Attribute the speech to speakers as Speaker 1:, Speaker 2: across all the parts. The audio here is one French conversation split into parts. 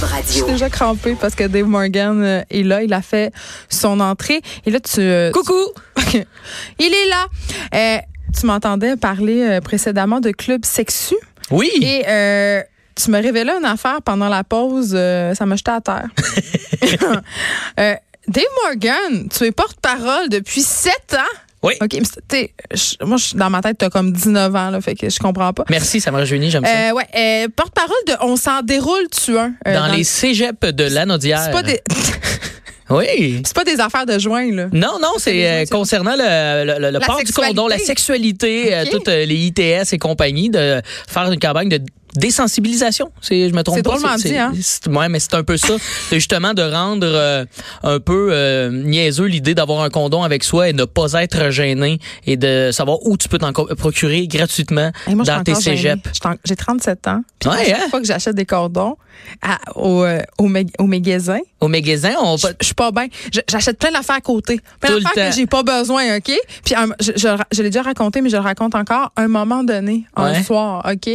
Speaker 1: Je
Speaker 2: Radio.
Speaker 1: suis déjà crampée parce que Dave Morgan euh, est là. Il a fait son entrée. Et là, tu. euh,
Speaker 3: Coucou!
Speaker 1: tu- il est là. Euh, tu m'entendais parler euh, précédemment de club sexu.
Speaker 3: Oui!
Speaker 1: Et euh, tu me révélais une affaire pendant la pause. euh, ça m'a jeté à terre. Euh, Dave Morgan, tu es porte-parole depuis sept ans.
Speaker 3: Oui.
Speaker 1: OK, mais c'est- t'es- je- moi, je- dans ma tête, tu as comme 19 ans, là, fait que je comprends pas.
Speaker 3: Merci, ça me réjouit, j'aime ça.
Speaker 1: Euh, ouais, euh, porte-parole de On s'en déroule, tu un. euh,
Speaker 3: dans,
Speaker 1: dans-
Speaker 3: les cégeps de l'Anaudière.
Speaker 1: C'est pas des.
Speaker 3: Oui.
Speaker 1: C'est pas des affaires de joint, là.
Speaker 3: Non, non, c'est euh, concernant le, le- le- le
Speaker 1: La
Speaker 3: port du
Speaker 1: sexualité.
Speaker 3: condom, la sexualité, euh,
Speaker 1: Ok.
Speaker 3: toutes euh, les ITS et compagnie, de faire une campagne de désensibilisation. C'est, je me trompe
Speaker 1: C'est
Speaker 3: pas.
Speaker 1: drôlement dit, hein?
Speaker 3: c'est- ouais, mais c'est un peu ça. C'est justement de rendre euh, un peu euh, niaiseux l'idée d'avoir un condom avec soi et ne pas être gêné et de savoir où tu peux t'en co- procurer gratuitement
Speaker 1: Hey, moi, je suis
Speaker 3: dans tes
Speaker 1: encore gênée.
Speaker 3: cégeps.
Speaker 1: Je suis en- J'ai 37 ans. Puis
Speaker 3: Ouais,
Speaker 1: à chaque
Speaker 3: hein?
Speaker 1: fois que j'achète des cordons à- au, euh, au, mag- au magasin,
Speaker 3: Au magasin, on va...
Speaker 1: je je suis pas bien. Je- J'achète plein d'affaires à côté. Plein
Speaker 3: Tout le
Speaker 1: d'affaires que
Speaker 3: temps.
Speaker 1: j'ai pas besoin, OK? Puis un- je, je- je l'ai déjà raconté, mais je le raconte encore. Un moment donné, un
Speaker 3: Ouais.
Speaker 1: soir, OK?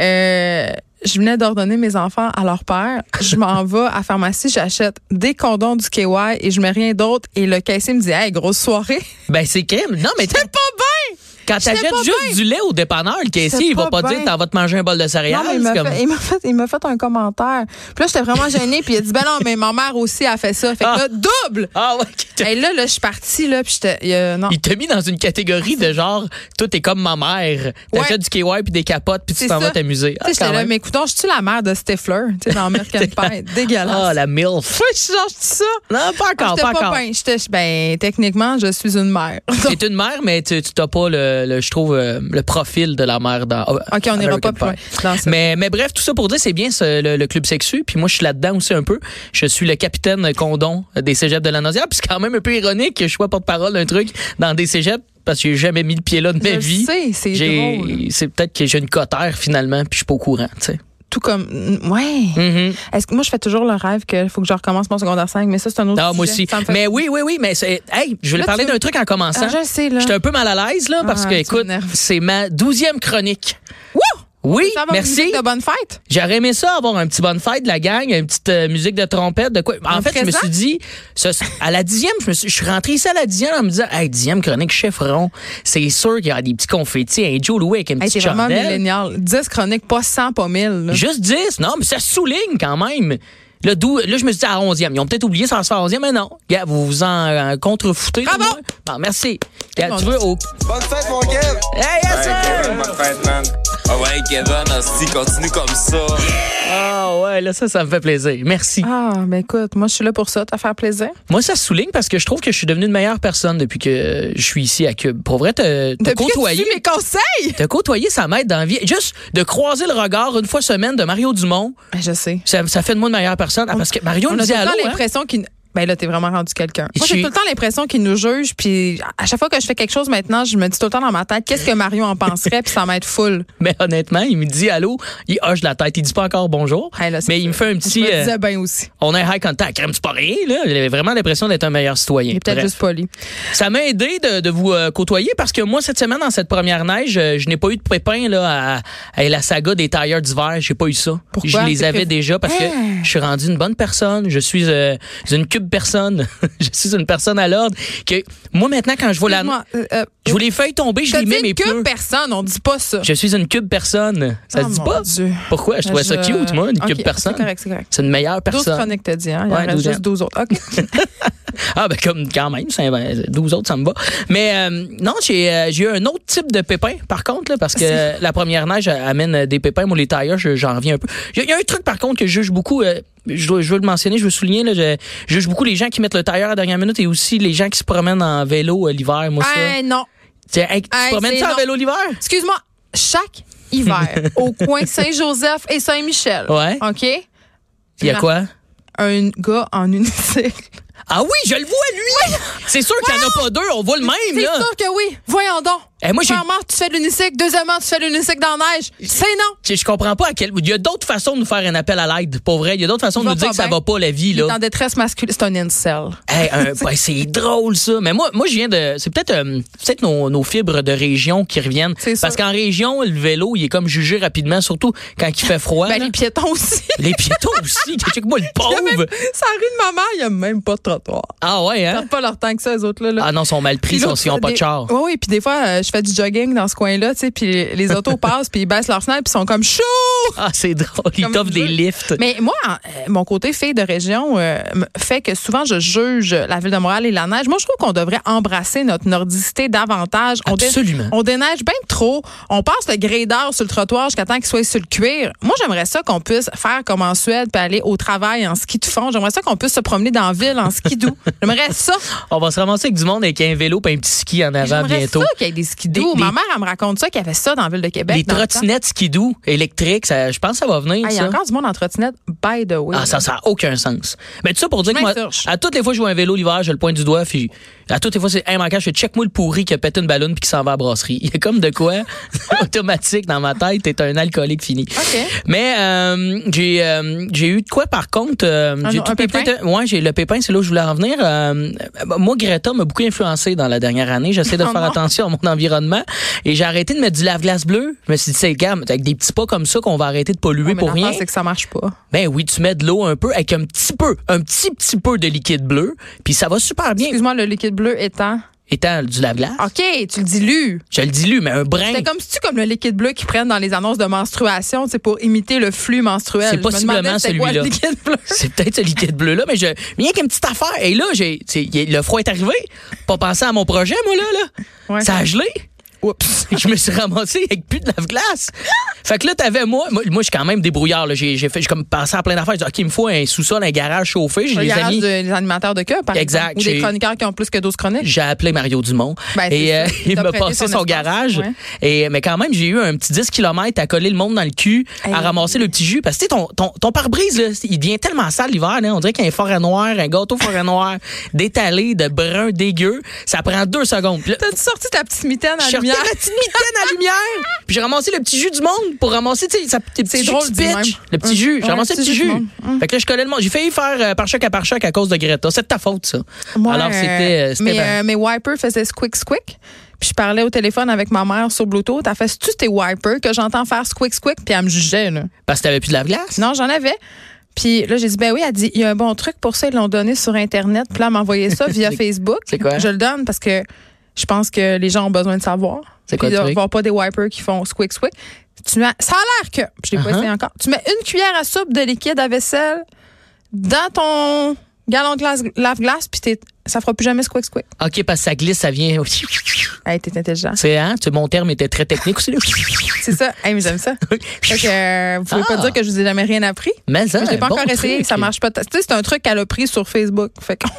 Speaker 1: Euh, je venais d'ordonner mes enfants à leur père. Je m'en vais à la pharmacie, j'achète des condoms du KY et je mets rien d'autre. Et le caissier me dit, hey, grosse soirée.
Speaker 3: Ben, c'est crème. Non, mais
Speaker 1: T'es pas bien!
Speaker 3: Quand
Speaker 1: J'étais
Speaker 3: t'achètes
Speaker 1: pas
Speaker 3: juste
Speaker 1: bien.
Speaker 3: du lait au dépanneur, le
Speaker 1: J'étais
Speaker 3: caissier, il va
Speaker 1: pas
Speaker 3: pas
Speaker 1: bien.
Speaker 3: dire t'en vas te manger un bol de céréales.
Speaker 1: Non, mais il m'a
Speaker 3: C'est comme-
Speaker 1: fait, il m'a fait, il m'a fait un commentaire. Puis là, j'étais vraiment gênée. Puis il a dit, ben non, mais ma mère aussi a fait ça. Fait que
Speaker 3: Ah.
Speaker 1: là, double!
Speaker 3: Ah ouais, qu'il t'a-
Speaker 1: Et là, là, je suis partie, là, puis j'étais, euh, non.
Speaker 3: il t'a mis dans une catégorie de genre, tout est comme ma mère. T'achètes
Speaker 1: Ah, Ouais.
Speaker 3: du KY puis des capotes puis
Speaker 1: C'est
Speaker 3: tu t'en
Speaker 1: ça.
Speaker 3: vas t'amuser. Ah,
Speaker 1: Tu sais, j'étais
Speaker 3: quand
Speaker 1: là,
Speaker 3: même.
Speaker 1: mais coudonc, je suis la mère de Stifler, tu sais, dans American Pie. Dégueulasse.
Speaker 3: Ah, la MILF.
Speaker 1: Oui, je suis genre, je dis ça.
Speaker 3: Non, pas encore,
Speaker 1: Ah, J'étais
Speaker 3: pas
Speaker 1: pas,
Speaker 3: encore.
Speaker 1: bien. J'étais, ben, techniquement, je suis une mère. Donc,
Speaker 3: T'es une mère, mais tu tu t'as pas le, le- je trouve, euh, le profil de la mère dans.
Speaker 1: OK, on n'ira pas plus loin dans ça.
Speaker 3: Mais, mais bref, tout ça pour dire, c'est bien ce- le, le club sexu. Puis moi, je suis là-dedans aussi un peu. Je suis le capitaine condom des cégeps de la Naudière. Puis c'est quand même un peu ironique que je sois porte-parole d'un truc dans des cégeps parce que j'ai jamais mis le pied là de
Speaker 1: Je
Speaker 3: ma
Speaker 1: le
Speaker 3: vie.
Speaker 1: sais, c'est
Speaker 3: J'ai-
Speaker 1: drôle.
Speaker 3: C'est peut-être que j'ai une cotère finalement, puis je suis pas au courant, tu sais.
Speaker 1: Tout comme, mm, ouais.
Speaker 3: Mhm.
Speaker 1: Est-ce que moi, je fais toujours le rêve qu'il faut que je recommence mon secondaire 5, mais ça, c'est un autre
Speaker 3: Ah, moi
Speaker 1: sujet.
Speaker 3: aussi.
Speaker 1: Ça me fait-
Speaker 3: Mais oui, oui, oui, mais c'est. Hey, je voulais
Speaker 1: Là,
Speaker 3: parler
Speaker 1: tu-
Speaker 3: d'un truc en commençant.
Speaker 1: Ah, je le sais, là.
Speaker 3: J'étais un peu mal à l'aise, là, parce
Speaker 1: Ah,
Speaker 3: que,
Speaker 1: tu
Speaker 3: écoute,
Speaker 1: m'énerves.
Speaker 3: c'est ma douzième chronique.
Speaker 1: Wouh!
Speaker 3: Oui,
Speaker 1: Ça va, une
Speaker 3: merci.
Speaker 1: musique de bonne fête?
Speaker 3: J'aurais aimé ça, avoir un petit bonne fête de la gang, une petite euh, musique de trompette, de quoi. En
Speaker 1: Un
Speaker 3: fait, je me
Speaker 1: présent?
Speaker 3: suis dit, ce- à la dixième, je, me suis, je suis rentré ici à la dixième en me disant, hey, dixième chronique chef rond, c'est sûr qu'il y a des petits confettis, un Joe Louis avec une
Speaker 1: Hey,
Speaker 3: petite
Speaker 1: t'es vraiment
Speaker 3: chandelle.
Speaker 1: millénial. 10 chroniques, pas 100, pas 1000. là.
Speaker 3: Juste 10, non, mais ça souligne quand même. Là, d'où- là, je me suis dit à 11e. Ils ont peut-être oublié ça à 11e, mais non. Gars, vous vous en euh, contrefoutez. de
Speaker 1: Bravo!
Speaker 3: moi. Bon, merci. Gars,
Speaker 1: Ah Mon
Speaker 3: tu veux, au-
Speaker 4: Bonne fête, mon Kev!
Speaker 3: Hey, yes,
Speaker 5: Hey,
Speaker 3: sir!
Speaker 5: Kevin, bonne fête, man. Ah ouais, Kevin, hostie, continue comme ça.
Speaker 3: Ah, ouais, là, ça, ça me fait plaisir. Merci.
Speaker 1: Ah, ben écoute, moi, je suis là pour ça, t'as faire plaisir.
Speaker 3: Moi, ça se souligne parce que je trouve que je suis devenu une meilleure personne depuis que euh, je suis ici à Cube. Pour vrai, te, te
Speaker 1: Depuis que tu
Speaker 3: côtoyer,
Speaker 1: suis mes conseils!
Speaker 3: te côtoyer, ça m'aide dans la vie. Juste de croiser le regard une fois semaine de Mario Dumont,
Speaker 1: Ben, je sais.
Speaker 3: ça, ça fait de moi une meilleure personne. Ah, parce que Mario
Speaker 1: On
Speaker 3: nous
Speaker 1: a tout
Speaker 3: dit
Speaker 1: le
Speaker 3: allô.
Speaker 1: temps
Speaker 3: hein?
Speaker 1: l'impression qu'il. Ben là, t'es vraiment rendu quelqu'un. Moi, j'ai
Speaker 3: suis-
Speaker 1: tout le temps l'impression qu'il nous juge, puis à chaque fois que je fais quelque chose maintenant, je me dis tout le temps dans ma tête, qu'est-ce que Mario en penserait, puis ça m'aide full.
Speaker 3: Mais honnêtement, il me dit allô, il hoche la tête, il dit pas encore bonjour.
Speaker 1: Hey, là, c'est
Speaker 3: mais il me fait un
Speaker 1: Je
Speaker 3: petit.
Speaker 1: me
Speaker 3: euh,
Speaker 1: disais bien aussi.
Speaker 3: on a un high contact. Crème, c'est pas rien, là. J'avais vraiment l'impression d'être un meilleur citoyen.
Speaker 1: Il est peut-être
Speaker 3: Bref.
Speaker 1: juste poli.
Speaker 3: Ça m'a aidé de, de vous euh, côtoyer parce que moi, cette semaine, dans cette première neige, euh, je n'ai pas eu de pépins là, à, à la saga des tailleurs d'hiver. J'ai pas eu ça.
Speaker 1: Pourquoi?
Speaker 3: Je les
Speaker 1: T'es Ah!
Speaker 3: avais
Speaker 1: prévu-
Speaker 3: déjà parce que je suis rendu une bonne personne. Je suis euh, une cube personne. je suis une personne à l'ordre. Que moi, maintenant, quand je vois la.
Speaker 1: Excuse-moi, euh, euh,
Speaker 3: Je vois les feuilles tomber, je
Speaker 1: t'as
Speaker 3: les mets
Speaker 1: dit
Speaker 3: mes
Speaker 1: une
Speaker 3: pneus.
Speaker 1: cube personne, on dit pas ça.
Speaker 3: Je suis une cube personne. Ça
Speaker 1: Oh,
Speaker 3: se dit
Speaker 1: mon
Speaker 3: pas?
Speaker 1: Dieu. Ben,
Speaker 3: Pourquoi? Je trouvais ça cute, moi, une
Speaker 1: Ok,
Speaker 3: cube personne.
Speaker 1: C'est correct, c'est correct.
Speaker 3: C'est une
Speaker 1: 12
Speaker 3: meilleure personne.
Speaker 1: chroniques, t'as dit, hein? Il en
Speaker 3: Ouais,
Speaker 1: reste
Speaker 3: 12
Speaker 1: juste 12 autres. OK.
Speaker 3: Ah ben comme quand même, c'est- ben, 12 autres, ça me va. Mais euh, non, j'ai euh, j'ai eu un autre type de pépin, par contre, là, parce que euh, la première neige euh, amène euh, des pépins, moi les tailleurs, je- j'en reviens un peu. Il y a- il y, a un truc par contre que je juge beaucoup, euh, je, dois- je veux le mentionner, je veux le souligner, là, je, je juge beaucoup les gens qui mettent le tailleur à la dernière minute et aussi les gens qui se promènent en vélo euh, l'hiver, moi ça.
Speaker 1: Hey, non.
Speaker 3: Tiens, hey, tu te
Speaker 1: hey,
Speaker 3: promènes
Speaker 1: c'est
Speaker 3: ça en
Speaker 1: non.
Speaker 3: vélo l'hiver?
Speaker 1: Excuse-moi, chaque hiver, au coin Saint-Joseph et Saint-Michel,
Speaker 3: Ouais.
Speaker 1: OK?
Speaker 3: Il y a
Speaker 1: Non.
Speaker 3: quoi?
Speaker 1: Un gars en unicycle.
Speaker 3: Ah oui, je le vois lui! C'est sûr qu'il n'y en a pas deux, on voit le
Speaker 1: C'est
Speaker 3: même là!
Speaker 1: sûr que oui. Voyons donc.
Speaker 3: Eh, moi, j'ai-
Speaker 1: Premièrement, tu fais de l'unicycle. Deuxièmement, tu fais de l'unicycle dans la neige. C'est non.
Speaker 3: je je comprends pas à quel. Il y a d'autres façons de nous faire un appel à l'aide. Pour vrai, il y a d'autres façons de
Speaker 1: va
Speaker 3: nous dire
Speaker 1: pas
Speaker 3: que ça
Speaker 1: bien.
Speaker 3: va pas la vie,
Speaker 1: Il est
Speaker 3: là.
Speaker 1: en détresse masculine. C'est un incel.
Speaker 3: Hey, un- ouais, c'est drôle ça. Mais moi, moi, je viens de. C'est peut-être euh, c'est peut-être nos, nos fibres de région qui reviennent.
Speaker 1: C'est
Speaker 3: Parce
Speaker 1: sûr.
Speaker 3: qu'en région, le vélo, il est comme jugé rapidement, surtout quand il fait froid.
Speaker 1: Ben,
Speaker 3: Ah, là.
Speaker 1: les piétons aussi.
Speaker 3: les... piétons aussi. Check-moi le
Speaker 1: Il y a même-
Speaker 3: pauvre.
Speaker 1: Ça rue de maman, il n'y a même pas de trottoir.
Speaker 3: Ah ouais,
Speaker 1: Ils
Speaker 3: hein?
Speaker 1: perdent pas leur temps que ça, les autres-là. là.
Speaker 3: Ah non, ils sont mal pris,
Speaker 1: Puis
Speaker 3: ils sont-
Speaker 1: l'autre,
Speaker 3: ils n'ont pas de
Speaker 1: des-
Speaker 3: char.
Speaker 1: Oui, oui. Puis des fois, euh, je fais du jogging dans ce coin-là, tu sais, puis les, les autos passent, puis ils baissent leur fenêtre, puis ils sont comme chou!
Speaker 3: Ah, c'est drôle. Ils
Speaker 1: Comme
Speaker 3: t'offrent
Speaker 1: je-
Speaker 3: des lifts.
Speaker 1: Mais moi, en- euh, mon côté fille de région euh, me fait que souvent, je juge la ville de Montréal et la neige. Moi, je trouve qu'on devrait embrasser notre nordicité davantage. On dé-
Speaker 3: Absolument.
Speaker 1: On déneige bien trop. On passe le gradeur sur le trottoir jusqu'à temps qu'il soit sur le cuir. Moi, j'aimerais ça qu'on puisse faire comme en Suède, puis aller au travail en ski de fond. J'aimerais ça qu'on puisse se promener dans la ville en ski doux. J'aimerais ça.
Speaker 3: On va se ramasser avec du monde avec un vélo et un petit ski en avant
Speaker 1: J'aimerais
Speaker 3: bientôt.
Speaker 1: ça qu'il y ait des skidoo.
Speaker 3: Des- des-
Speaker 1: Ma mère, elle me raconte ça, qu'il y avait ça dans la ville de Québec.
Speaker 3: Des
Speaker 1: dans le temps.
Speaker 3: trottinettes skidoo électriques, ça, je pense que ça va venir.
Speaker 1: Ah, Il y a
Speaker 3: ça.
Speaker 1: encore du monde en trottinette, by the way.
Speaker 3: Ah, ça, ça n'a aucun sens. Mais tout ça pour dire
Speaker 1: Je
Speaker 3: que moi,
Speaker 1: m'insurge.
Speaker 3: à toutes les fois que je vois un vélo l'hiver, je le pointe du doigt, puis à toutes les fois, c'est immanquable, je fais check-moi le pourri qui a pété une ballonne puis qui s'en va à la brasserie. Il y a comme de quoi automatique dans ma tête, t'es un alcoolique fini.
Speaker 1: OK.
Speaker 3: Mais euh, j'ai euh, j'ai eu de quoi par contre euh,
Speaker 1: Un-
Speaker 3: j'ai
Speaker 1: un
Speaker 3: tout
Speaker 1: pépin?
Speaker 3: pété de- ouais, j'ai le pépin, c'est là où je voulais en venir. Euh, euh, moi Greta m'a beaucoup influencé dans la dernière année, j'essaie de
Speaker 1: Oh
Speaker 3: faire
Speaker 1: non.
Speaker 3: attention à mon environnement et j'ai arrêté de mettre du lave-glace bleu. Je me suis dit c'est gars, avec des petits pas comme ça qu'on va arrêter de polluer
Speaker 1: Ouais, mais
Speaker 3: pour
Speaker 1: l'affaire,
Speaker 3: rien.
Speaker 1: c'est que ça marche pas.
Speaker 3: Ben oui, tu mets de l'eau un peu avec un petit peu, un petit petit peu de liquide bleu, puis ça va super bien.
Speaker 1: Excuse-moi, le liquide bleu étant.
Speaker 3: Étant du lave-glace,
Speaker 1: OK, tu le dilues.
Speaker 3: je le dilue, mais un brin.
Speaker 1: Ah. C'est comme si tu comme le liquide bleu qu'ils prennent dans les annonces de menstruation, c'est pour imiter le flux menstruel.
Speaker 3: C'est
Speaker 1: Je me
Speaker 3: possiblement
Speaker 1: demandais c'était quoi, le
Speaker 3: celui-là.
Speaker 1: liquide bleu.
Speaker 3: C'est peut-être ce liquide bleu là, mais je rien qu'une petite affaire. Et là, j'ai, tu sais, y a- le froid est arrivé. Pas pensé à mon projet, moi là, là.
Speaker 1: Ouais.
Speaker 3: Ça a gelé. Oups. je me suis ramassé avec plus de lave-glace. fait que là, t'avais moi, moi, moi, je suis quand même débrouillard. Là. J'ai, j'ai fait, j'ai comme pensé à plein d'affaires. J'ai dit, ok, il me faut un sous-sol, un garage chauffé. J'ai
Speaker 1: Le
Speaker 3: les
Speaker 1: garage
Speaker 3: amis.
Speaker 1: de- des animateurs de cœur, par
Speaker 3: Exact,
Speaker 1: exemple. Ou des
Speaker 3: j'ai-
Speaker 1: chroniqueurs qui ont plus que 12 chroniques.
Speaker 3: J'ai appelé Mario Dumont
Speaker 1: Ben, c'est
Speaker 3: et
Speaker 1: ça.
Speaker 3: euh,
Speaker 1: Il
Speaker 3: il
Speaker 1: t'a
Speaker 3: m'a
Speaker 1: prêté
Speaker 3: passé
Speaker 1: son espace,
Speaker 3: son garage.
Speaker 1: ouais.
Speaker 3: Et, mais quand même, j'ai eu un petit 10 km à coller le monde dans le cul, à
Speaker 1: Hey.
Speaker 3: ramasser le petit jus. Parce que tu sais, ton, ton, ton pare-brise, là, il devient tellement sale l'hiver. là. On dirait qu'il y a un forêt noir, un gâteau forêt noir, d'étalé, de brun dégueu. Ça prend deux secondes. Puis là,
Speaker 1: T'as-tu sorti ta petite mitaine à la lumière?
Speaker 3: je sortais ma petite mitaine à lumière. Puis j'ai ramassé le petit jus du monde pour ramasser, tu sais, sa- tes petits
Speaker 1: C'est
Speaker 3: jus
Speaker 1: drôle,
Speaker 3: qui
Speaker 1: dis
Speaker 3: pitchent.
Speaker 1: même.
Speaker 3: Le petit jus. J'ai
Speaker 1: Ouais,
Speaker 3: ramassé le petit jus.
Speaker 1: du monde. Hein.
Speaker 3: Fait que là, je collais le monde. J'ai failli faire euh, par choc à par choc à cause de Greta. C'est de ta faute, ça.
Speaker 1: Moi,
Speaker 3: Alors,
Speaker 1: euh,
Speaker 3: c'était. euh, c'était
Speaker 1: mes,
Speaker 3: ben-
Speaker 1: euh, mes wipers faisaient squick squick. Puis je parlais au téléphone avec ma mère sur Bluetooth. Elle fait tu tes wipers que j'entends faire squick squick puis elle me jugeait là.
Speaker 3: Parce que t'avais plus de lave-glace?
Speaker 1: Non, j'en avais. Puis là, j'ai dit, ben oui, elle dit, il y a un bon truc pour ça, ils l'ont donné sur Internet. Puis là, elle m'a envoyé ça via Facebook.
Speaker 3: c'est quoi?
Speaker 1: Je le donne parce que je pense que les gens ont besoin de savoir.
Speaker 3: C'est quoi
Speaker 1: Puis
Speaker 3: le
Speaker 1: de
Speaker 3: truc?
Speaker 1: voir pas des wipers qui font squick, squick. Tu mets, ça a l'air que, puis je l'ai pas
Speaker 3: Uh-huh.
Speaker 1: essayé encore, tu mets une cuillère à soupe de liquide à vaisselle dans ton galon de glace- lave-glace, puis t'es- ça fera plus jamais squick, squick.
Speaker 3: OK, parce que ça glisse, ça vient.
Speaker 1: Hey, t'es intelligent.
Speaker 3: C'est, hein? tu- Mon terme était très technique aussi. là.
Speaker 1: C'est ça. Hey, mais j'aime ça. Fait que, euh, vous pouvez
Speaker 3: Ah.
Speaker 1: pas dire que je vous ai jamais rien appris.
Speaker 3: Mais ça,
Speaker 1: Je l'ai pas
Speaker 3: Hein, bon
Speaker 1: encore essayé,
Speaker 3: truc.
Speaker 1: ça marche pas. Tu sais, c'est un truc qu'elle a pris sur Facebook. Fait qu'on-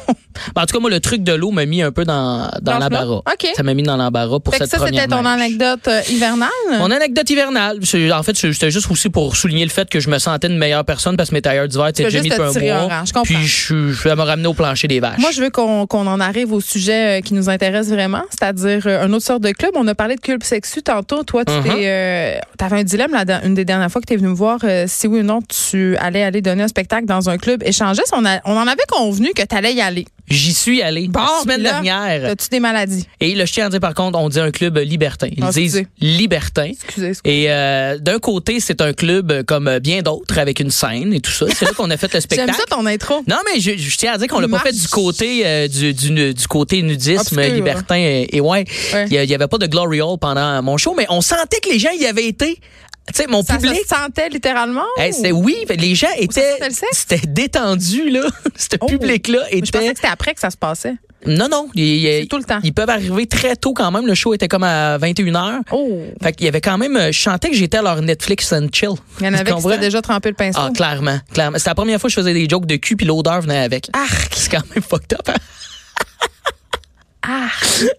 Speaker 3: Ben, en tout cas, moi, le truc de l'eau m'a mis un peu dans, dans
Speaker 1: Dans
Speaker 3: l'embarras.
Speaker 1: le flop. OK.
Speaker 3: Ça m'a mis dans l'embarras pour
Speaker 1: Fait que
Speaker 3: cette
Speaker 1: ça,
Speaker 3: première
Speaker 1: c'était ton
Speaker 3: neige.
Speaker 1: anecdote euh, hivernale.
Speaker 3: Mon anecdote hivernale. C'est- En fait, c'était juste aussi pour souligner le fait que je me sentais une meilleure personne parce que mes tailleurs d'hiver étaient
Speaker 1: veux
Speaker 3: déjà mis
Speaker 1: juste
Speaker 3: depuis
Speaker 1: te
Speaker 3: un
Speaker 1: tirer un
Speaker 3: mois.
Speaker 1: rang, je comprends.
Speaker 3: Puis je suis- je vais me ramener au plancher des vaches.
Speaker 1: Moi, je veux qu'on qu'on en arrive au sujet euh, qui nous intéresse vraiment, c'est-à-dire euh, une autre sorte de club. On a parlé de club sexu tantôt. Toi, tu
Speaker 3: Mhm.
Speaker 1: t'es, euh, t'avais un dilemme la de- une des dernières fois que tu es venu me voir euh, si oui ou non tu allais aller donner un spectacle dans un club échangiste. On, a- on en avait convenu que tu allais y aller.
Speaker 3: J'y suis allé
Speaker 1: Bon,
Speaker 3: la semaine
Speaker 1: puis là,
Speaker 3: dernière.
Speaker 1: As-tu des maladies?
Speaker 3: Et le chien dit par contre, on dit un club libertin. Ils
Speaker 1: Ah,
Speaker 3: disent
Speaker 1: excusez.
Speaker 3: libertin.
Speaker 1: Excusez, excusez.
Speaker 3: Et euh, d'un côté, c'est un club euh, comme euh, bien d'autres, avec une scène et tout ça. C'est là qu'on a fait le
Speaker 1: J'aime
Speaker 3: spectacle.
Speaker 1: ça ton intro.
Speaker 3: Non, mais je, je tiens à dire qu'on l'a pas
Speaker 1: Marche.
Speaker 3: fait du côté euh, du, du, nu- du côté nudisme
Speaker 1: Obscur.
Speaker 3: libertin et, et ouais,
Speaker 1: Ouais.
Speaker 3: il y a- il y avait pas de glory hole pendant mon show, mais on sentait que les gens y avaient été. Tu sais, mon
Speaker 1: Ça
Speaker 3: public.
Speaker 1: se sentait littéralement?
Speaker 3: Hey,
Speaker 1: ou-
Speaker 3: c'était- oui, les gens étaient,
Speaker 1: sentait le sexe?
Speaker 3: c'était détendu là. Ce
Speaker 1: Oh.
Speaker 3: public-là
Speaker 1: Je pensais
Speaker 3: était.
Speaker 1: que c'était après que ça se passait.
Speaker 3: Non, non, il- il-
Speaker 1: C'est tout le temps.
Speaker 3: Ils peuvent arriver très tôt quand même. Le show était comme à 21 h
Speaker 1: Oh!
Speaker 3: Fait qu'il y avait quand même, euh, je sentais que j'étais à leur Netflix and chill.
Speaker 1: Il y en
Speaker 3: Tu
Speaker 1: avait qui
Speaker 3: comprends?
Speaker 1: s'étaient déjà trempé le pinceau.
Speaker 3: Ah, clairement, clairement. C'est la première fois que je faisais des jokes de cul puis l'odeur venait avec.
Speaker 1: Arc!
Speaker 3: C'est quand même fucked up. hein?
Speaker 1: Ah!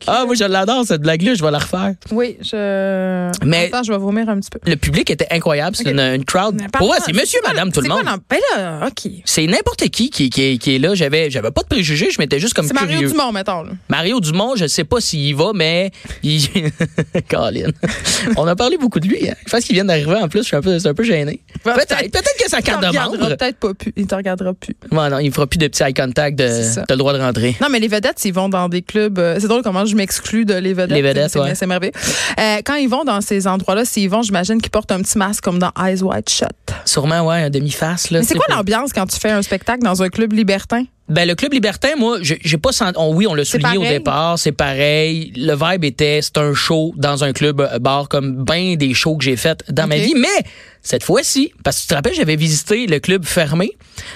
Speaker 3: Ah, moi, je l'adore, cette blague-là. Je vais la refaire.
Speaker 1: Oui, je.
Speaker 3: Mais-
Speaker 1: Attends, je vais vomir un petit peu.
Speaker 3: Le public était incroyable. C'est
Speaker 1: Ok.
Speaker 3: une, une crowd.
Speaker 1: Mais
Speaker 3: Pour
Speaker 1: pardon,
Speaker 3: moi, c'est monsieur,
Speaker 1: quoi-
Speaker 3: madame, tout le
Speaker 1: c'est
Speaker 3: monde.
Speaker 1: quoi l'em- Ben là, OK.
Speaker 3: C'est n'importe qui qui, qui, qui est là. J'avais, j'avais pas de préjugés. Je m'étais juste comme
Speaker 1: C'est Mario
Speaker 3: curieux.
Speaker 1: Dumont, mettons. là.
Speaker 3: Mario Dumont, je sais pas s'il y va, mais il... Colin. On a parlé beaucoup de lui. Hein. Je pense qu'il vient d'arriver en plus. Je suis un peu, c'est un peu gêné.
Speaker 1: Ouais,
Speaker 3: Peut-être, peut-être que sa
Speaker 1: Il te
Speaker 3: carte de
Speaker 1: regardera
Speaker 3: membre.
Speaker 1: peut-être pas plus. Il te regardera plus.
Speaker 3: Ouais, non, il fera plus de petits eye contact. De...
Speaker 1: C'est ça.
Speaker 3: T'as le droit de rentrer.
Speaker 1: Non, mais les vedettes, ils vont dans des clubs. euh, c'est drôle comment je m'exclus de les vedettes.
Speaker 3: Les vedettes,
Speaker 1: c'est,
Speaker 3: ouais.
Speaker 1: c'est merveilleux. Euh, quand ils vont dans ces endroits-là, s'ils vont, j'imagine qu'ils portent un petit masque comme dans Eyes Wide Shut.
Speaker 3: Sûrement, ouais, un demi-face. là,
Speaker 1: Mais
Speaker 3: tu
Speaker 1: c'est
Speaker 3: sais,
Speaker 1: quoi
Speaker 3: pour-
Speaker 1: l'ambiance quand tu fais un spectacle dans un club libertin?
Speaker 3: Ben, le club libertin, moi, j'ai j'ai pas senti. on- oui, on l'a souligné au
Speaker 1: pareil.
Speaker 3: départ, c'est pareil. Le vibe était, c'est un show dans un club euh, bar comme bien des shows que j'ai fait dans ma
Speaker 1: Ok.
Speaker 3: vie. Mais cette fois-ci, parce que tu te rappelles, j'avais visité le club fermé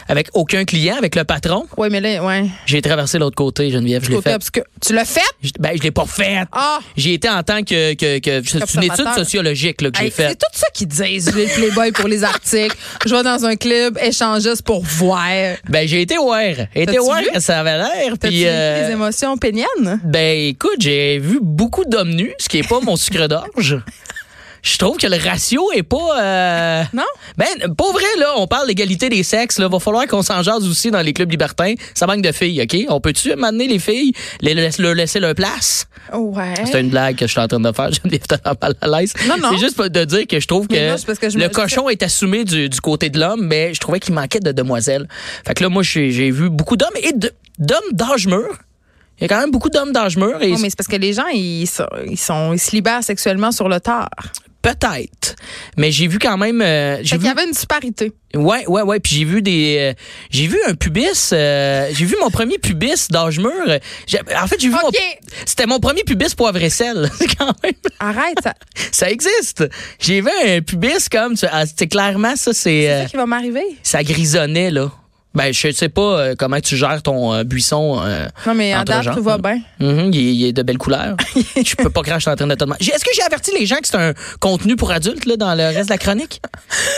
Speaker 3: avec aucun client, avec le patron.
Speaker 1: Oui, mais là, ouais.
Speaker 3: J'ai traversé l'autre côté, Geneviève, je l'ai
Speaker 1: Côté
Speaker 3: fait.
Speaker 1: obscur. Tu l'as fait?
Speaker 3: Je- Ben, je l'ai pas fait.
Speaker 1: Ah!
Speaker 3: J'ai été en tant que, que, que- c'est une étude
Speaker 1: Observateur.
Speaker 3: sociologique là, que j'ai
Speaker 1: Hey, c'est
Speaker 3: faite.
Speaker 1: tout ça qu'ils disent, les Playboy pour les articles. Je vais dans un club, échangiste pour voir.
Speaker 3: Ben, j'ai été aware. Été
Speaker 1: T'as-tu
Speaker 3: aware
Speaker 1: vu?
Speaker 3: que ça avait l'air.
Speaker 1: T'as-tu
Speaker 3: Puis,
Speaker 1: vécu
Speaker 3: euh,
Speaker 1: des émotions péniennes?
Speaker 3: Ben écoute, j'ai vu beaucoup d'hommes nus, ce qui est pas mon sucre d'orge. Je trouve que le ratio est pas. euh,
Speaker 1: Non?
Speaker 3: Ben, pour vrai, là, on parle d'égalité des sexes, là. Va falloir qu'on s'en jase aussi dans les clubs libertins. Ça manque de filles, OK? On peut-tu m'amener les filles, les, leur leur laisser leur place?
Speaker 1: Oh, Ouais.
Speaker 3: C'est une blague que je suis en train de faire, je tellement mal à l'aise.
Speaker 1: Hein? Non, non.
Speaker 3: C'est juste pour de dire que je trouve
Speaker 1: Mais
Speaker 3: que,
Speaker 1: non, c'est parce que je me-
Speaker 3: le cochon est assumé du, du côté de l'homme, mais je trouvais qu'il manquait de demoiselles. Fait que là, moi, j'ai j'ai vu beaucoup d'hommes et de- d'hommes d'âge mûr. Il y a quand même beaucoup d'hommes d'âge mûr et
Speaker 1: Non, Oh, mais c'est parce que les gens, ils, sont, ils, sont, ils se libèrent sexuellement sur le tard.
Speaker 3: peut-être. Mais j'ai vu quand même, euh,
Speaker 1: Fait
Speaker 3: j'ai
Speaker 1: qu'il
Speaker 3: vu,
Speaker 1: y avait une disparité.
Speaker 3: ouais, ouais, ouais. Puis j'ai vu des, euh, j'ai vu un pubis, euh, j'ai vu mon premier pubis d'âge mûr. J'ai- En fait, j'ai vu,
Speaker 1: OK,
Speaker 3: mon- c'était mon premier pubis poivre et sel. C'est quand même.
Speaker 1: arrête.
Speaker 3: Euh,
Speaker 1: ça-
Speaker 3: Ça existe. J'ai vu un pubis comme tu- ah, c'est clairement ça c'est
Speaker 1: C'est
Speaker 3: euh,
Speaker 1: ça qui va m'arriver.
Speaker 3: ça grisonnait là. Ben je sais pas euh, comment tu gères ton euh, buisson. euh,
Speaker 1: Non, mais en
Speaker 3: entre
Speaker 1: date,
Speaker 3: gens.
Speaker 1: tout va bien.
Speaker 3: mhm, il, est- il est de belles couleurs. je peux pas cracher je suis en train de te demander. J'ai- Est-ce que j'ai averti les gens que c'est un contenu pour adultes là dans le reste de la chronique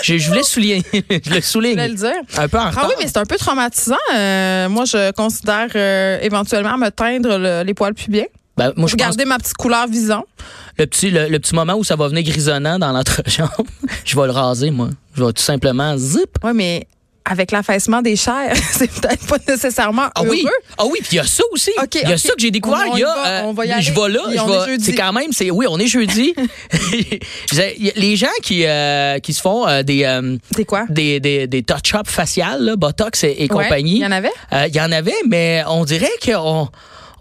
Speaker 3: Je, je voulais souligner, je le
Speaker 1: Je voulais le
Speaker 3: souligne.
Speaker 1: dire.
Speaker 3: Un peu en
Speaker 1: Ah
Speaker 3: retard.
Speaker 1: oui, mais c'est un peu traumatisant. Euh, moi, je considère euh, éventuellement me teindre le- les poils pubiens.
Speaker 3: Ben, moi je pense
Speaker 1: Garder ma petite couleur vison.
Speaker 3: le petit le, le petit moment où ça va venir grisonnant dans l'entrejambe, je vais le raser moi. Je vais tout simplement zip.
Speaker 1: Oui, mais avec l'affaissement des chairs, c'est peut-être pas nécessairement
Speaker 3: Ah
Speaker 1: heureux.
Speaker 3: oui, ah oui, puis il y a ça aussi. Il
Speaker 1: Ok,
Speaker 3: y a
Speaker 1: ok.
Speaker 3: ça que j'ai découvert.
Speaker 1: On- on
Speaker 3: Il y
Speaker 1: y va,
Speaker 3: a, euh,
Speaker 1: on va y aller,
Speaker 3: je vais là,
Speaker 1: puis
Speaker 3: je
Speaker 1: on
Speaker 3: vais-
Speaker 1: est jeudi.
Speaker 3: C'est quand même, c'est oui, on est jeudi. Je disais, il y a- les gens qui euh, qui se font euh, des euh,
Speaker 1: C'est quoi?
Speaker 3: des, des, des touch-up faciales, là, botox et, et
Speaker 1: Ouais,
Speaker 3: compagnie.
Speaker 1: il y en avait?
Speaker 3: Euh, Il y en avait, mais on dirait qu'on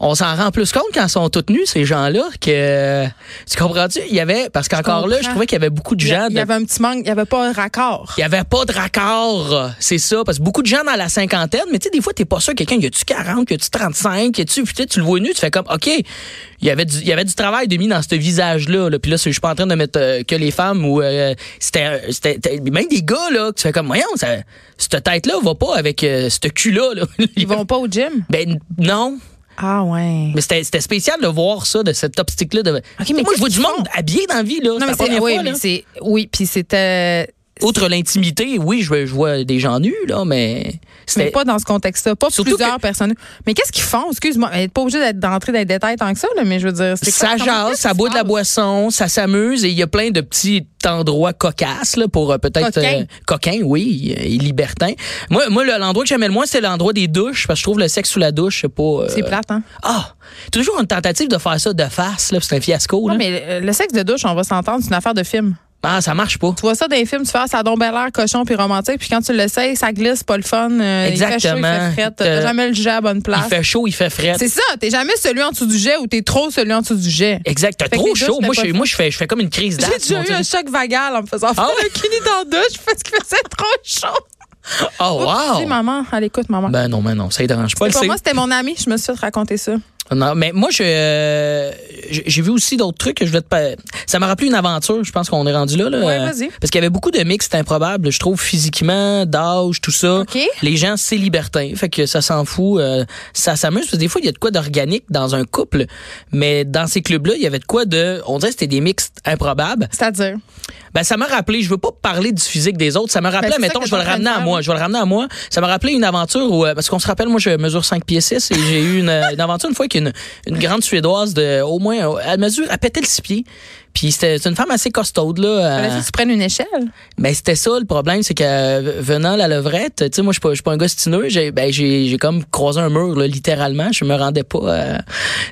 Speaker 3: on s'en rend plus compte quand ils sont toutes nus ces gens-là que tu comprends-tu Il y avait parce qu'encore là, je
Speaker 1: comprends.
Speaker 3: trouvais qu'il y avait beaucoup de
Speaker 1: Il y,
Speaker 3: gens.
Speaker 1: a- il y
Speaker 3: de-
Speaker 1: avait un petit manque, il n'y avait pas un raccord.
Speaker 3: il n'y avait pas de raccord, euh, c'est ça. Parce que beaucoup de gens dans la cinquantaine, mais tu sais, des fois, t'es pas sûr, quelqu'un, y a-tu 40, y a-tu 35, y a-tu, puis tu sais, tu le vois nu, tu fais comme, OK, il y avait du, il y avait du travail de mis dans ce visage-là. Là. Puis là, c'est- je suis pas en train de mettre euh, que les femmes ou euh, c'était, c'était, t'as- même des gars, là, que tu fais comme, voyons, ça, cette tête-là va pas avec euh, ce cul-là. Là.
Speaker 1: Ils vont pas au gym?
Speaker 3: Ben non,
Speaker 1: Ah ouais.
Speaker 3: mais c'était, c'était spécial de voir ça, de cette optique-là. De...
Speaker 1: mais
Speaker 3: Moi, je vois
Speaker 1: qu'est-ce
Speaker 3: du
Speaker 1: qu'ils
Speaker 3: monde habillé dans la vie, là. c'est
Speaker 1: Non, mais
Speaker 3: la première
Speaker 1: c'est, oui,
Speaker 3: fois,
Speaker 1: mais
Speaker 3: là.
Speaker 1: c'est, oui, puis c'était,
Speaker 3: Outre l'intimité, oui, je, je vois des gens nus, là, mais
Speaker 1: mais
Speaker 3: c'était...
Speaker 1: pas dans ce contexte-là, pas
Speaker 3: Surtout
Speaker 1: plusieurs personnes. Mais qu'est-ce qu'ils font? Excuse-moi, mais pas obligé d'être, d'entrer dans les détails tant que ça, là, mais je veux dire, c'est
Speaker 3: Ça
Speaker 1: quoi- comment-
Speaker 3: jase,
Speaker 1: qu'est-ce
Speaker 3: ça
Speaker 1: qui
Speaker 3: boit
Speaker 1: se
Speaker 3: de la
Speaker 1: passe?
Speaker 3: boisson, ça s'amuse et il y a plein de petits endroits cocasses là, pour euh, peut-être
Speaker 1: Coquins.
Speaker 3: coquin, oui, euh, et libertin. Moi, moi le- l'endroit que j'aimais le moins, c'est l'endroit des douches parce que je trouve le sexe sous la douche, c'est pas. euh,
Speaker 1: C'est plate, hein?
Speaker 3: Ah, toujours une tentative de faire ça de face là, puis c'est un fiasco.
Speaker 1: Non,
Speaker 3: Là.
Speaker 1: mais euh, le sexe de douche, on va s'entendre, c'est une affaire de film.
Speaker 3: Ah, ça marche pas.
Speaker 1: Tu vois ça dans les films, tu fais ah, ça a donc bel air cochon puis romantique, puis quand tu l'essayes, ça glisse, pas le fun. euh, Il fait chaud, il
Speaker 3: Exactement.
Speaker 1: fait fret, t'as
Speaker 3: Euh,
Speaker 1: jamais le jet à la bonne
Speaker 3: Il
Speaker 1: place.
Speaker 3: fait chaud, il fait frais.
Speaker 1: C'est ça, t'es jamais celui en dessous du jet ou t'es trop celui en dessous du jet.
Speaker 3: Exact, t'as
Speaker 1: Fait que
Speaker 3: trop
Speaker 1: les douches,
Speaker 3: chaud.
Speaker 1: c'était
Speaker 3: Moi,
Speaker 1: pas
Speaker 3: je,
Speaker 1: le
Speaker 3: moi, je fais, je fais comme une crise
Speaker 1: J'ai
Speaker 3: d'asthme.
Speaker 1: déjà
Speaker 3: mon
Speaker 1: eu
Speaker 3: Dieu.
Speaker 1: un choc vagal en me faisant faire
Speaker 3: Ah ouais?
Speaker 1: le kini dans la douche parce qu'il faisait trop chaud.
Speaker 3: Oh,
Speaker 1: Oups,
Speaker 3: wow!
Speaker 1: Dis, maman, à l'écoute, maman.
Speaker 3: Ben non, ben non, ça ne dérange pas.
Speaker 1: C'est
Speaker 3: le
Speaker 1: pour
Speaker 3: sait.
Speaker 1: moi, c'était mon ami, je me suis fait raconter ça.
Speaker 3: Non, mais moi, je, euh, j'ai j'ai vu aussi d'autres trucs que je voulais te. pa- Ça m'a rappelé une aventure, je pense qu'on est rendu là. là
Speaker 1: Ouais,
Speaker 3: Euh,
Speaker 1: vas-y.
Speaker 3: Parce qu'il y avait beaucoup de mix improbables, je trouve, physiquement, d'âge, tout ça.
Speaker 1: OK.
Speaker 3: Les gens, c'est libertin. Fait que ça s'en fout. euh, ça s'amuse. Parce que des fois, il y a de quoi d'organique dans un couple. Mais dans ces clubs-là, il y avait de quoi de. On dirait que c'était des mix improbables.
Speaker 1: C'est-à-dire.
Speaker 3: Ben, ça m'a rappelé, je veux pas parler du physique des autres, ça m'a rappelé,
Speaker 1: Ben, c'est ça
Speaker 3: mettons,
Speaker 1: que
Speaker 3: je vais le
Speaker 1: t'es en train de
Speaker 3: ramener
Speaker 1: faire,
Speaker 3: à moi, je vais le ramener à moi. Ça m'a rappelé une aventure où, euh, parce qu'on se rappelle, moi, je mesure 5 pieds 6 et j'ai eu une, euh, une aventure une fois avec une, une grande Suédoise de au moins, elle mesure, elle pétait le six pieds. Puis c'était c'est une femme assez costaude, là.
Speaker 1: Fallait
Speaker 3: euh,
Speaker 1: que tu prennes une échelle.
Speaker 3: ben, c'était ça le problème, c'est que euh, venant à la levrette, tu sais, moi, je suis pas- je suis pas un gars stineux, j'ai ben, j'ai j'ai comme croisé un mur, là, littéralement. Je me rendais pas. euh,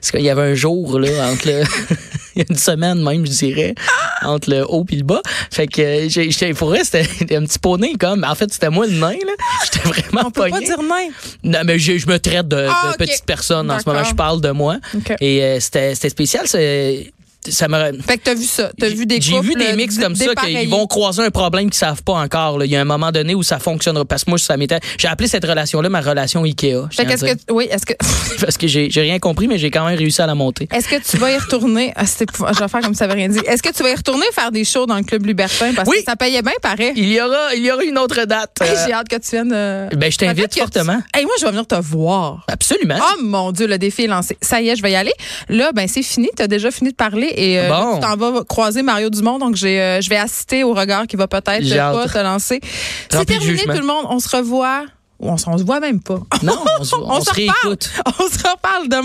Speaker 3: parce qu'il y avait un jour, là, entre le. Il y a une semaine même, je dirais, entre le haut et le bas. Fait que euh, j'ai- j'étais pour vrai, c'était un petit poney, comme. En fait, c'était moi le nain, là. J'étais vraiment
Speaker 1: On peut pas
Speaker 3: Ah, pogné.
Speaker 1: dire non.
Speaker 3: Non, mais je, je me traite de,
Speaker 1: Ah,
Speaker 3: de
Speaker 1: ok.
Speaker 3: petite personne en ce moment.
Speaker 1: D'accord.
Speaker 3: Je parle de moi.
Speaker 1: Ok.
Speaker 3: Et euh, c'était c'était spécial. c'est- Ça me.
Speaker 1: Fait que t'as vu ça. T'as
Speaker 3: J'ai-
Speaker 1: vu des
Speaker 3: J'ai vu
Speaker 1: couples, euh,
Speaker 3: des mix
Speaker 1: d-
Speaker 3: comme ça
Speaker 1: dépareillés.
Speaker 3: qu'ils vont croiser un problème qu'ils savent pas encore. là. Il y a un moment donné où ça fonctionnera. Parce que moi, ça m'était. J'ai appelé cette relation-là ma relation Ikea. je
Speaker 1: Fait
Speaker 3: tiens à
Speaker 1: qu'est-ce
Speaker 3: dire.
Speaker 1: que. Oui, est-ce que.
Speaker 3: Parce que j'ai j'ai rien compris, mais j'ai quand même réussi à la monter.
Speaker 1: Est-ce que tu vas y retourner? Ah, c'est épouv- je vais faire comme ça veut rien dire. Est-ce que tu vas y retourner faire des shows dans le Club Libertin? Parce
Speaker 3: Oui.
Speaker 1: que ça payait bien, pareil.
Speaker 3: Il y aura, il y aura une autre date.
Speaker 1: Hey,
Speaker 3: Euh,
Speaker 1: J'ai hâte que tu viennes. euh,
Speaker 3: ben, je
Speaker 1: peut-être
Speaker 3: t'invite
Speaker 1: que tu-
Speaker 3: fortement. Hein?
Speaker 1: Hey, moi, je vais venir te voir.
Speaker 3: Absolument.
Speaker 1: Oh mon Dieu, le défi est lancé. Ça y est, je vais y aller. Là, ben c'est fini. Tu as déjà fini de parler et euh,
Speaker 3: Bon.
Speaker 1: tu t'en vas croiser Mario Dumont. Donc, j'ai, euh, je vais assister au regard qui va peut-être
Speaker 3: J'ai
Speaker 1: euh, pas
Speaker 3: hâte.
Speaker 1: te lancer.
Speaker 3: Rempli
Speaker 1: C'est
Speaker 3: de
Speaker 1: terminé,
Speaker 3: jugement.
Speaker 1: tout le monde. On se revoit. Ou on, s- on se voit même pas.
Speaker 3: Non, on, se- on
Speaker 1: On
Speaker 3: se
Speaker 1: se reparle.
Speaker 3: réécoute.
Speaker 1: On se reparle demain.